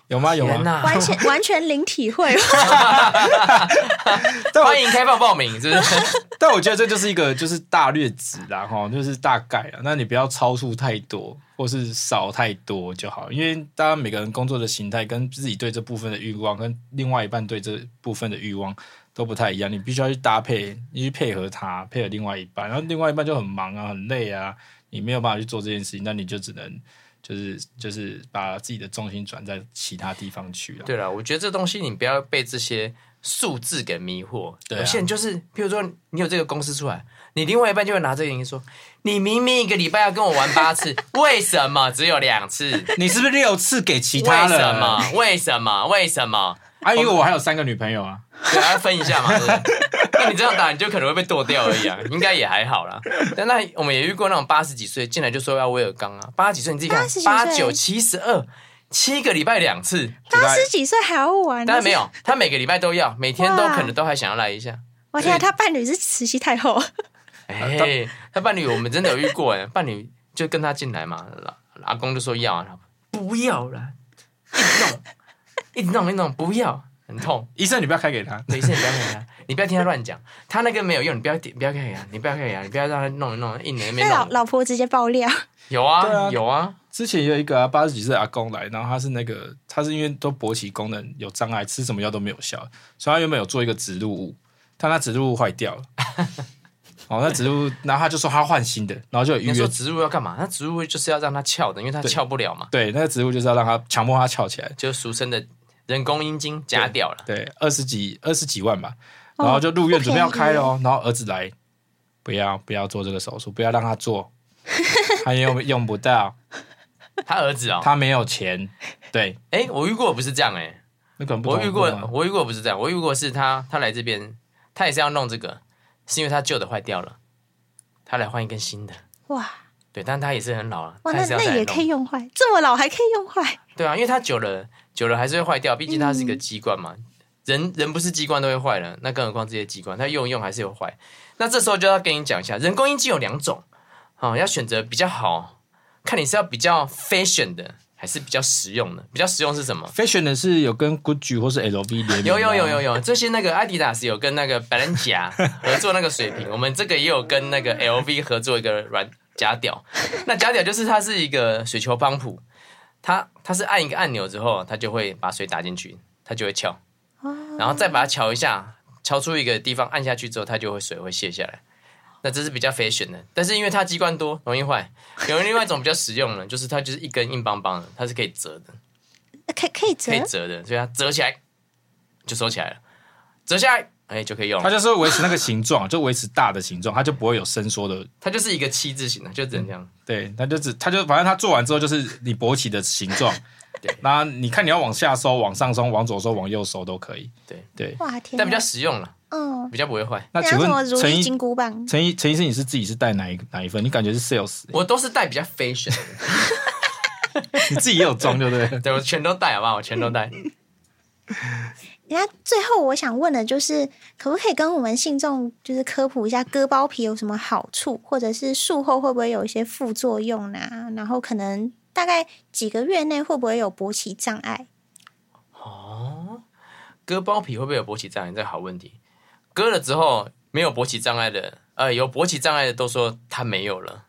[SPEAKER 3] 有吗？有
[SPEAKER 2] 天
[SPEAKER 3] 吗？
[SPEAKER 2] 哪！
[SPEAKER 1] 完全 完全零体会，
[SPEAKER 3] 但 我
[SPEAKER 2] 欢迎开放报名，是不是？
[SPEAKER 3] 但我觉得这就是一个就是大略值啦，哈，就是大概啊。那你不要超出太多，或是少太多就好，因为大家每个人工作的形态跟自己对这部分的欲望，跟另外一半对这部分的欲望都不太一样，你必须要去搭配，你去配合他，配合另外一半，然后另外一半就很忙啊，很累啊，你没有办法去做这件事情，那你就只能就是就是把自己的重心转在其他地方去了。
[SPEAKER 2] 对了，我觉得这东西你不要被这些数字给迷惑。
[SPEAKER 3] 对啊
[SPEAKER 2] 有些人就是，譬如说你有这个公司出来，你另外一半就会拿这个原因说，你明明一个礼拜要跟我玩八次， 为什么只有两次？
[SPEAKER 3] 你是不是六次给其
[SPEAKER 2] 为
[SPEAKER 3] 他了？
[SPEAKER 2] 什么？为什么？为什么？
[SPEAKER 3] 啊，因为我还有三个女朋友啊。
[SPEAKER 2] 对啊，要分一下嘛。对不对那你这样打，你就可能会被剁掉而已啊，应该也还好啦。但那我们也遇过那种八十几岁进来就说要威尔刚啊，八十几岁你自己看
[SPEAKER 1] 80几，岁
[SPEAKER 2] 八九七十二，七个礼拜两次，
[SPEAKER 1] 八十几岁还要玩？
[SPEAKER 2] 当
[SPEAKER 1] 那
[SPEAKER 2] 然
[SPEAKER 1] 是
[SPEAKER 2] 没，有，他每个礼拜都要，每天都
[SPEAKER 1] 哇
[SPEAKER 2] 可能都还想要来一下。
[SPEAKER 1] 我天、啊，
[SPEAKER 2] 对
[SPEAKER 1] 他伴侣是慈禧太后，
[SPEAKER 2] 哎、他伴侣我们真的有遇过哎，伴侣就跟他进来嘛，老阿公就说要啊，他不要啦，一直弄，一直弄，一直弄，不要，很痛。
[SPEAKER 3] 医生，你不要开给他。
[SPEAKER 2] 等一下，你不要给他，你不要听他乱讲，他那个没有用，你不要点，不要给他，你不要给他，你不要让他弄一弄，一年没
[SPEAKER 1] 那啊老
[SPEAKER 2] 弄。
[SPEAKER 1] 老婆直接爆料，
[SPEAKER 2] 有啊，
[SPEAKER 3] 对啊
[SPEAKER 2] 有啊，
[SPEAKER 3] 之前也有一个八、十几岁的阿公来，然后他是那个他是因为都勃起功能有障碍，吃什么药都没有效，所以他原本有做一个植入物，但他植入物坏掉了。哦，那植入，然后他就说他要换新的，然后就有预
[SPEAKER 2] 你说
[SPEAKER 3] 约。
[SPEAKER 2] 植入要干嘛？那植入就是要让它翘的，因为它
[SPEAKER 3] 对
[SPEAKER 2] 翘不了嘛，
[SPEAKER 3] 对，那个植入就是要让他强迫他翘起来。
[SPEAKER 2] 就俗称的人工阴茎夹掉了。
[SPEAKER 3] 对，二十几二十几万吧，
[SPEAKER 1] 哦
[SPEAKER 3] 然后就入院准备要开了
[SPEAKER 1] 不
[SPEAKER 3] 哦，然后儿子来，不要不要做这个手术，不要让他做，他用用不到，
[SPEAKER 2] 他儿子哦，
[SPEAKER 3] 他没有钱。对，
[SPEAKER 2] 哎、我遇过不是这样哎、
[SPEAKER 3] 那可能不
[SPEAKER 2] 我
[SPEAKER 3] 同
[SPEAKER 2] 遇
[SPEAKER 3] 步啊
[SPEAKER 2] 过，我遇过不是这样，我遇过是他，他来这边，他也是要弄这个，是因为他旧的坏掉了，他来换一根新的。
[SPEAKER 1] 哇
[SPEAKER 2] 对，但他也是很老了，
[SPEAKER 1] 哇，
[SPEAKER 2] 他
[SPEAKER 1] 那
[SPEAKER 2] 是要
[SPEAKER 1] 那
[SPEAKER 2] 再来
[SPEAKER 1] 也可以
[SPEAKER 2] 弄。
[SPEAKER 1] 用坏，这么老还可以用坏，
[SPEAKER 2] 对啊，因为他久了，久了还是会坏掉，毕竟它是一个机关嘛。人人不是机关都会坏了，那更何况这些机关，它用一用还是有坏。那这时候就要跟你讲一下，人工阴茎有两种，哦，要选择比较好，看你是要比较 fashion 的，还是比较实用的。比较实用是什么？
[SPEAKER 3] Fashion 的是有跟 Gucci 或是 LV 联名，
[SPEAKER 2] 有有有有，有，这些那个阿迪达斯有跟那个 Balenciaga 合作那个水瓶，我们这个也有跟那个 LV 合作一个软假屌。那假屌就是它是一个水球帮浦，它它是按一个按钮之后，它就会把水打进去，它就会翘，然后再把它敲一下，敲出一个地方按下去之后，它就会水会泄下来。那这是比较 fashion 的，但是因为它机关多，容易坏。有另外一种比较实用的，就是它就是一根硬邦邦的，它是可以折的。
[SPEAKER 1] 呃可以可以折
[SPEAKER 2] 可以折的，所以它折起来就收起来了，折下来哎、就可以用
[SPEAKER 3] 它
[SPEAKER 2] 了。
[SPEAKER 3] 就是维持那个形状，就维持大的形状，它就不会有伸缩的。
[SPEAKER 2] 它就是一个七字形的，就只能这样。
[SPEAKER 3] 对，它就只它就反正它做完之后就是你勃起的形状。
[SPEAKER 2] 对
[SPEAKER 3] 然后你看你要往下收、往上收、往左收、往右收都可以。
[SPEAKER 2] 对
[SPEAKER 3] 对，
[SPEAKER 1] 哇天哪，
[SPEAKER 2] 但比较实用了，
[SPEAKER 1] 嗯，
[SPEAKER 2] 比较不会坏。
[SPEAKER 3] 那
[SPEAKER 1] 人
[SPEAKER 3] 请
[SPEAKER 1] 家什么
[SPEAKER 3] 问
[SPEAKER 1] 如
[SPEAKER 3] 陈
[SPEAKER 1] 意
[SPEAKER 3] 医
[SPEAKER 1] 金箍棒，
[SPEAKER 3] 陈医陈医生，你是自己是带哪一哪一份？你感觉是 sales，欸
[SPEAKER 2] 我都是带比较 fashion，的
[SPEAKER 3] 你自己也有装，对不对？
[SPEAKER 2] 对我全都带，好不好？我全都带。
[SPEAKER 1] 人家最后我想问的就是，可不可以跟我们信众就是科普一下割包皮有什么好处，或者是术后会不会有一些副作用啊？然后可能大概几个月内会不会有勃起障碍？
[SPEAKER 2] 哦，割包皮会不会有勃起障碍？这个好问题。割了之后没有勃起障碍的，呃，有勃起障碍的都说他没有了。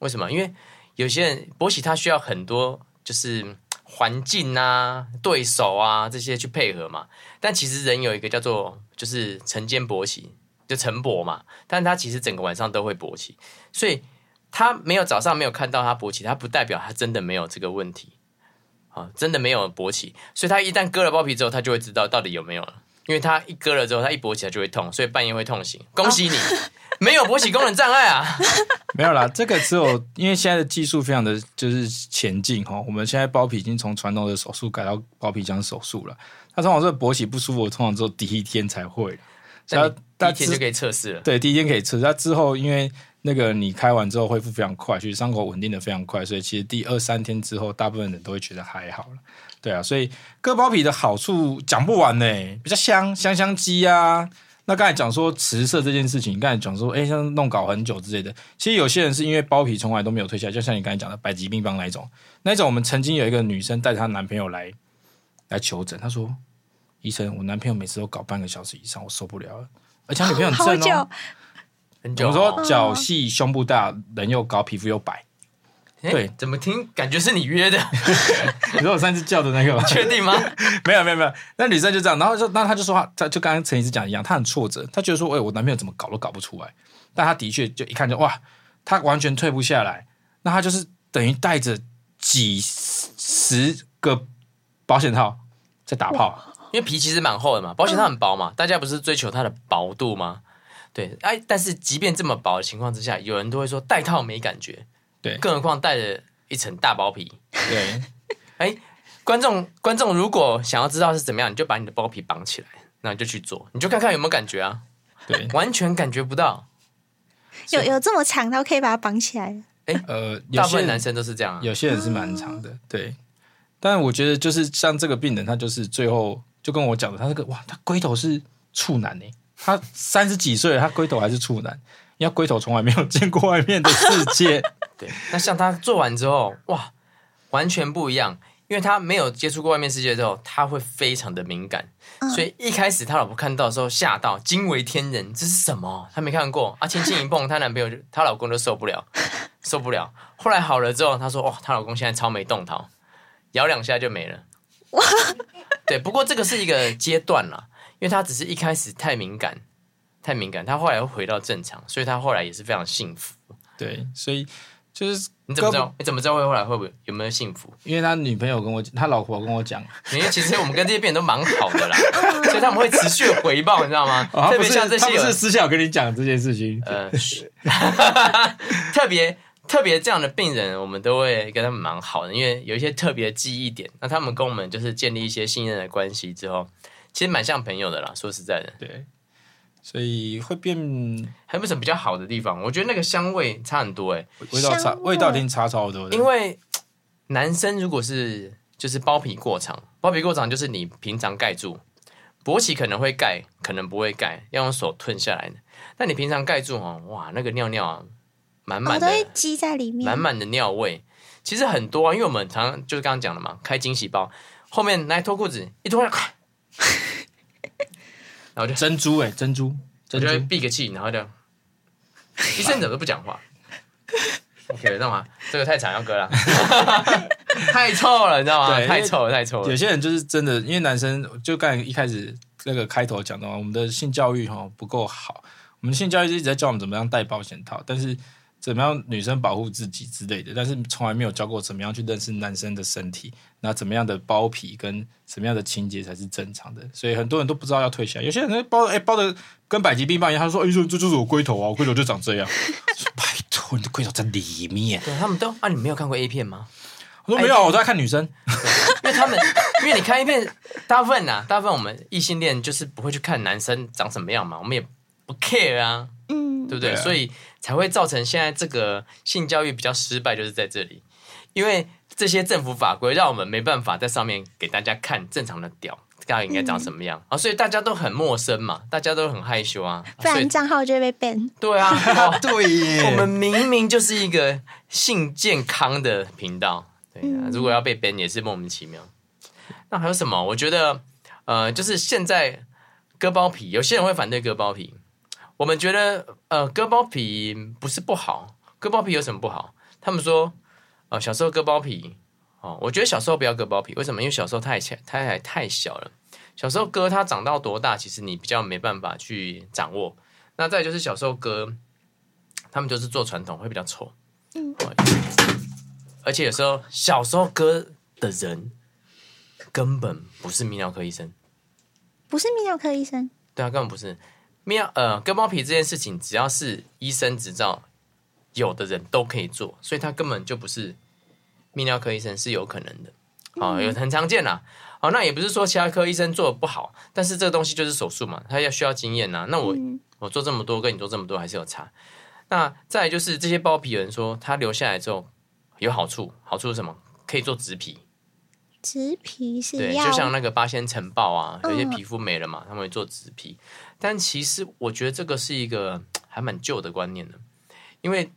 [SPEAKER 2] 为什么？因为有些人勃起他需要很多就是嗯环境啊、对手啊这些去配合嘛。但其实人有一个叫做就是晨间勃起，就晨勃嘛，但他其实整个晚上都会勃起，所以他没有早上没有看到他勃起，他不代表他真的没有这个问题。啊，真的没有勃起，所以他一旦割了包皮之后，他就会知道到底有没有了。因为他一割了之后，他一勃起来就会痛，所以半夜会痛醒。恭喜你，
[SPEAKER 3] 哦
[SPEAKER 2] 没有勃起功能障碍啊！
[SPEAKER 3] 没有啦，这个只有因为现在的技术非常的就是前进哈，我们现在包皮已经从传统的手术改到包皮腔手术了。那通常这个勃起不舒服，我通常只有第一天才会，所以
[SPEAKER 2] 那
[SPEAKER 3] 它
[SPEAKER 2] 你第一天就可
[SPEAKER 3] 以
[SPEAKER 2] 以测试了。
[SPEAKER 3] 对第一天可以吃，那之后因为那个你开完之后恢复非常快，其实伤口稳定的非常快，所以其实第二三天之后，大部分人都会觉得还好了。对啊，所以割包皮的好处讲不完呢、比较香香香鸡啊。那刚才讲说迟射这件事情，刚才讲说，哎、像弄搞很久之类的，其实有些人是因为包皮从来都没有退下来，就像你刚才讲的百疾病房那一种，那一种我们曾经有一个女生带着她男朋友来来求诊，她说：“医生，我男朋友每次都搞半个小时以上，我受不了了。”而且她女朋友
[SPEAKER 1] 好
[SPEAKER 3] 很正哦
[SPEAKER 1] 久，，
[SPEAKER 2] 很
[SPEAKER 3] 我
[SPEAKER 2] 久、
[SPEAKER 3] 们说
[SPEAKER 2] 哦，
[SPEAKER 3] 脚细胸部大，人又高，皮肤又白。
[SPEAKER 2] 诶
[SPEAKER 3] 对
[SPEAKER 2] 哎怎么听感觉是你约的？
[SPEAKER 3] 你说我上次叫的那个吗？
[SPEAKER 2] 确定吗？
[SPEAKER 3] 没有没有没有，那女生就这样，然后就那她就说她，她就刚刚陈医师讲的一样，她很挫折，她觉得说，哎、我男朋友怎么搞都搞不出来，但她的确就一看就哇，她完全退不下来，那她就是等于带着几十十个保险套在打泡。
[SPEAKER 2] 因为皮其实蛮厚的嘛，保险套很薄嘛，大家不是追求它的薄度吗？对，哎，但是即便这么薄的情况之下，有人都会说戴套没感觉，
[SPEAKER 3] 对
[SPEAKER 2] 更何况戴了一层大包皮。
[SPEAKER 3] 对，
[SPEAKER 2] 哎，观众观众如果想要知道是怎么样，你就把你的包皮绑起来，那你就去做，你就看看有没有感觉啊，
[SPEAKER 3] 对，
[SPEAKER 2] 完全感觉不到。
[SPEAKER 1] 有有这么长到可以把它绑起来？
[SPEAKER 3] 呃，有
[SPEAKER 2] 大部
[SPEAKER 3] 些
[SPEAKER 2] 分
[SPEAKER 3] 人
[SPEAKER 2] 男生都是这样、啊，
[SPEAKER 3] 有些人是蛮长的，对。但我觉得就是像这个病人，他就是最后就跟我讲的，他这个哇，他龟头是处男呢、欸他三十几岁了，他龟头还是处男，因为他龟头从来没有见过外面的世 界，
[SPEAKER 2] 对，那像他做完之后，哇，完全不一样，因为他没有接触过外面世界之后，他会非常的敏感，
[SPEAKER 1] 嗯
[SPEAKER 2] 所以一开始他老婆看到的时候吓到，惊为天人，这是什么？她没看过啊，轻轻一碰，她男朋友就她老公就受不了，受不了。后来好了之后，她说哇，她老公现在超没动弹，摇两下就没了。对，不过这个是一个阶段啦，因为她只是一开始太敏感，太敏感，她后来又回到正常，所以她后来也是非常幸福。
[SPEAKER 3] 对，所以就是
[SPEAKER 2] 你怎么知道？你怎么知道会后来会不会有没有幸福？
[SPEAKER 3] 因为他女朋友跟我，他老婆跟 我讲，
[SPEAKER 2] 因为其实我们跟这些病人都蛮好的啦，所以他们会持续回报，你知道吗？
[SPEAKER 3] 哦、他
[SPEAKER 2] 特
[SPEAKER 3] 不
[SPEAKER 2] 别
[SPEAKER 3] 是
[SPEAKER 2] 像这
[SPEAKER 3] 他
[SPEAKER 2] 些
[SPEAKER 3] 不
[SPEAKER 2] 有
[SPEAKER 3] 是私下有跟你讲这件事情，
[SPEAKER 2] 呃， 特别特别这样的病人，我们都会跟他们蛮好的，因为有一些特别的记忆点。那他们跟我们就是建立一些信任的关系之后，其实蛮像朋友的啦。说实在的，
[SPEAKER 3] 对，所以会变
[SPEAKER 2] 还有没有什么比较好的地方？我觉得那个香味差很多哎、
[SPEAKER 3] 味道差，
[SPEAKER 1] 香味
[SPEAKER 3] 味道一定差超多的，
[SPEAKER 2] 因为男生如果是就是包皮过长，包皮过长就是你平常盖住，勃起可能会盖，可能不会盖，要用手吞下来的。那你平常盖住哦，哇，那个尿尿啊，满
[SPEAKER 1] 我
[SPEAKER 2] 满
[SPEAKER 1] 都
[SPEAKER 2] 的
[SPEAKER 1] 会积在里面
[SPEAKER 2] 满。满的尿味，其实很多啊，因为我们常常就是刚刚讲的嘛，开惊喜包，后面来脱裤子一脱下来，然后就
[SPEAKER 3] 珍珠哎、珍珠
[SPEAKER 2] 我
[SPEAKER 3] 珍
[SPEAKER 2] 就会
[SPEAKER 3] 珠，
[SPEAKER 2] 闭个气，然后就 一阵子我都不讲话。OK，知道吗？这个太长要割 了，太臭了，你知道吗？
[SPEAKER 3] 对
[SPEAKER 2] 太臭了，太臭
[SPEAKER 3] 有
[SPEAKER 2] 了。
[SPEAKER 3] 些人就是真的，因为男生就刚才一开始那个开头讲的嘛，我们的性教育哈不够好，我们性教育一直在教我们怎么样戴保险套，但是怎么样女生保护自己之类的，但是从来没有教过怎么样去认识男生的身体，那怎么样的包皮跟什么样的情节才是正常的，所以很多人都不知道要退下。有些人包哎、包的跟百吉冰棒一样，他说哎、说这就是我龟头啊，我龟头就长这样，我说拜托你的龟头在里面，
[SPEAKER 2] 对他们都啊，你没有看过 A 片吗？
[SPEAKER 3] 我说没有，我都在看女生，
[SPEAKER 2] 因为他们，因为你看 A 片，大部分啊，大部分我们异性恋就是不会去看男生长什么样嘛，我们也不 care 啊，
[SPEAKER 1] 嗯，
[SPEAKER 2] 对不对？
[SPEAKER 3] 对啊
[SPEAKER 2] 所以才会造成现在这个性教育比较失败，就是在这里，因为这些政府法规让我们没办法在上面给大家看正常的屌到底应该长什么样、
[SPEAKER 3] 嗯
[SPEAKER 2] 啊，所以大家都很陌生嘛，大家都很害羞啊，啊
[SPEAKER 1] 不
[SPEAKER 2] 所
[SPEAKER 1] 然
[SPEAKER 2] 以
[SPEAKER 1] 账号就会被 ban。
[SPEAKER 2] 对啊，哦
[SPEAKER 3] 对耶
[SPEAKER 2] 我们明明就是一个性健康的频道，对、啊，如果要被 ban 也是莫名其妙。那还有什么？我觉得，呃，就是现在割包皮，有些人会反对割包皮。我们觉得，呃，割包皮不是不好，割包皮有什么不好？他们说，呃，小时候割包皮，哦，我觉得小时候不要割包皮，为什么？因为小时候太小，太还太小了。小时候割，它长到多大，其实你比较没办法去掌握。那再就是小时候割，他们就是做传统会比较臭，嗯，而且有时候小时候割的人根本不是泌尿科医生，
[SPEAKER 1] 不是泌尿科医生，
[SPEAKER 2] 对啊，根本不是泌尿呃割包皮这件事情，只要是医生执照有的人都可以做，所以他根本就不是泌尿科医生是有可能的，哦，有很常见啦、哦，那也不是说其他科医生做的不好，但是这个东西就是手术嘛，他要需要经验呐、那我
[SPEAKER 1] 嗯，
[SPEAKER 2] 我做这么多跟你做这么多还是有差。那再来就是这些包皮，有人说它留下来之后有好处，好处是什么？可以做植皮，
[SPEAKER 1] 植皮是
[SPEAKER 2] 对，
[SPEAKER 1] 药
[SPEAKER 2] 就，像那个八仙城堡啊，有
[SPEAKER 1] 嗯
[SPEAKER 2] 些皮肤没了嘛，他们会做植皮。但其实我觉得这个是一个还蛮旧的观念的，因为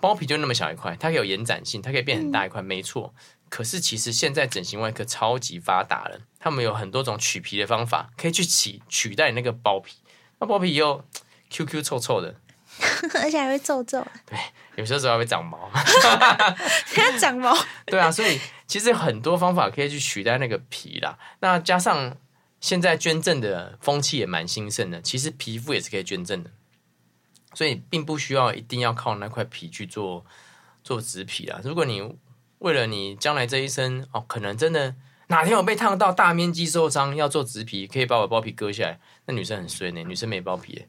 [SPEAKER 2] 包皮就那么小一块，它有延展性，它可以变很大一块，没错。可是其实现在整形外科超级发达了，他们有很多种取皮的方法，可以去取取代那个包皮。那包皮又 QQ 臭臭的，
[SPEAKER 1] 而且还会皱啊皱，
[SPEAKER 2] 有些时候还会长毛。
[SPEAKER 1] 它长毛。
[SPEAKER 2] 对啊，所以其实很多方法可以去取代那个皮啦。那加上现在捐赠的风气也蛮兴盛的，其实皮肤也是可以捐赠的，所以并不需要一定要靠那块皮去做做植皮啦。如果你为了你将来这一生哦，可能真的哪天我被烫到大面积受伤，要做植皮，可以把我包皮割下来。那女生很衰呢、女生没包皮耶、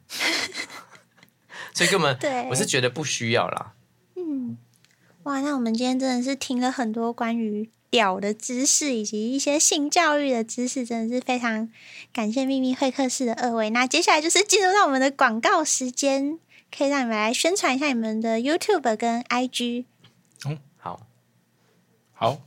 [SPEAKER 2] 所以根本
[SPEAKER 1] 对
[SPEAKER 2] 我是觉得不需要啦。
[SPEAKER 1] 嗯， 哇，那我们今天真的是听了很多关于屌的知识，以及一些性教育的知识，真的是非常感谢秘密会客室的二位。那接下来就是进入到我们的广告时间，可以让你们来宣传一下你们的 YouTube 跟 IG。
[SPEAKER 2] 好，
[SPEAKER 3] 好，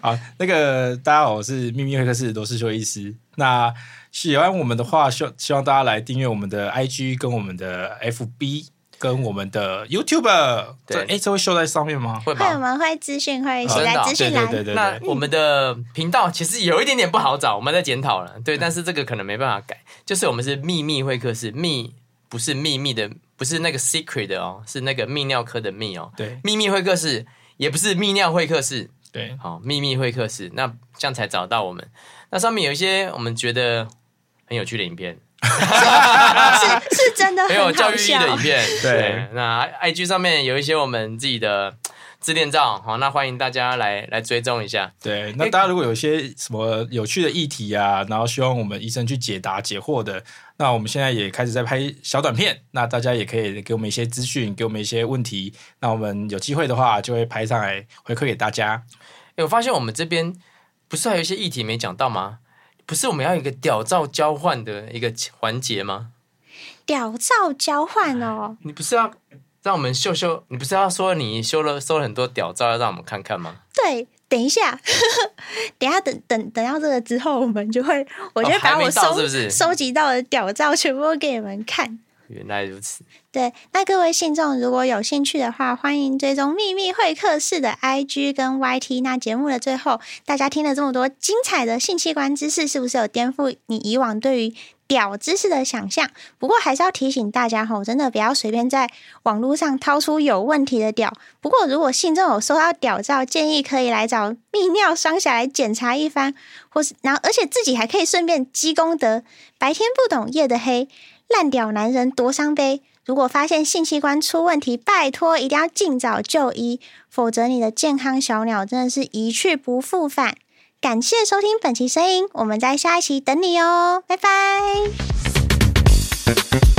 [SPEAKER 3] 好，那个大家好，我是秘密会客室罗世修医师。那喜欢我们的话，希希望大家来订阅我们的 IG 跟我们的 FB 跟我们的 YouTube。
[SPEAKER 2] 对
[SPEAKER 3] 哎，诶这会秀在上面吗？
[SPEAKER 1] 会，
[SPEAKER 2] 会
[SPEAKER 1] 我
[SPEAKER 2] 吧？
[SPEAKER 1] 们会资讯会
[SPEAKER 2] 真
[SPEAKER 1] 写
[SPEAKER 2] 的
[SPEAKER 1] 在
[SPEAKER 2] 哦
[SPEAKER 1] 资讯
[SPEAKER 3] 对对
[SPEAKER 1] 栏。
[SPEAKER 3] 啊对对
[SPEAKER 2] 那
[SPEAKER 3] 对，
[SPEAKER 2] 我们的频道其实有一点点不好找，我们在检讨了。
[SPEAKER 3] 嗯
[SPEAKER 2] 对，但是这个可能没办法改，就是我们是秘密会客室，秘不是秘密的，不是那个 secret 的哦，是那个泌尿科的泌哦。
[SPEAKER 3] 对
[SPEAKER 2] 秘密会客室也不是泌尿会客室，
[SPEAKER 3] 对
[SPEAKER 2] 好，秘密会客室，那这样才找到我们。那上面有一些我们觉得很有趣的影片，
[SPEAKER 1] 是是真的
[SPEAKER 2] 很 有
[SPEAKER 1] 很
[SPEAKER 2] 教
[SPEAKER 1] 好
[SPEAKER 2] 育意义的
[SPEAKER 1] 笑
[SPEAKER 2] 影。片。
[SPEAKER 3] 对
[SPEAKER 2] 那 IG 上面有一些我们自己的自恋照，好，那欢迎大家来来追踪一下。
[SPEAKER 3] 对。那大家如果有些什么有趣的议题啊，然后希望我们医生去解答解惑的，那我们现在也开始在拍小短片。那大家也可以给我们一些资讯，给我们一些问题。那我们有机会的话，就会拍上来回馈给大家。
[SPEAKER 2] 哎，我发现我们这边不是还有一些议题没讲到吗？不是我们要有一个屌照交换的一个环节吗？
[SPEAKER 1] 屌照交换哦，
[SPEAKER 2] 你不是要让我们秀秀？你不是要说你修了收了很多屌照要让我们看看吗？
[SPEAKER 1] 对，等一下， 等一下等等等到这个之后，我们就会，我就会
[SPEAKER 2] 哦还
[SPEAKER 1] 把
[SPEAKER 2] 没
[SPEAKER 1] 我
[SPEAKER 2] 到
[SPEAKER 1] 收、
[SPEAKER 2] 是不是
[SPEAKER 1] 收集到的屌照全部都给你们看。
[SPEAKER 2] 原来如此，
[SPEAKER 1] 对，那各位信众如果有兴趣的话，欢迎追踪秘密会客室的 IG 跟 YT。那节目的最后，大家听了这么多精彩的性器官知识，是不是有颠覆你以往对于屌知识的想象？不过还是要提醒大家吼，真的不要随便在网络上掏出有问题的屌。不过如果信众有收到屌照，建议可以来找泌尿双侠来检查一番，或是然后而且自己还可以顺便积功德。白天不懂夜的黑，烂屌男人多伤悲。如果发现性器官出问题，拜托一定要尽早就医，否则你的健康小鸟真的是一去不复返。感谢收听本期声音，我们在下一期等你哦，拜拜。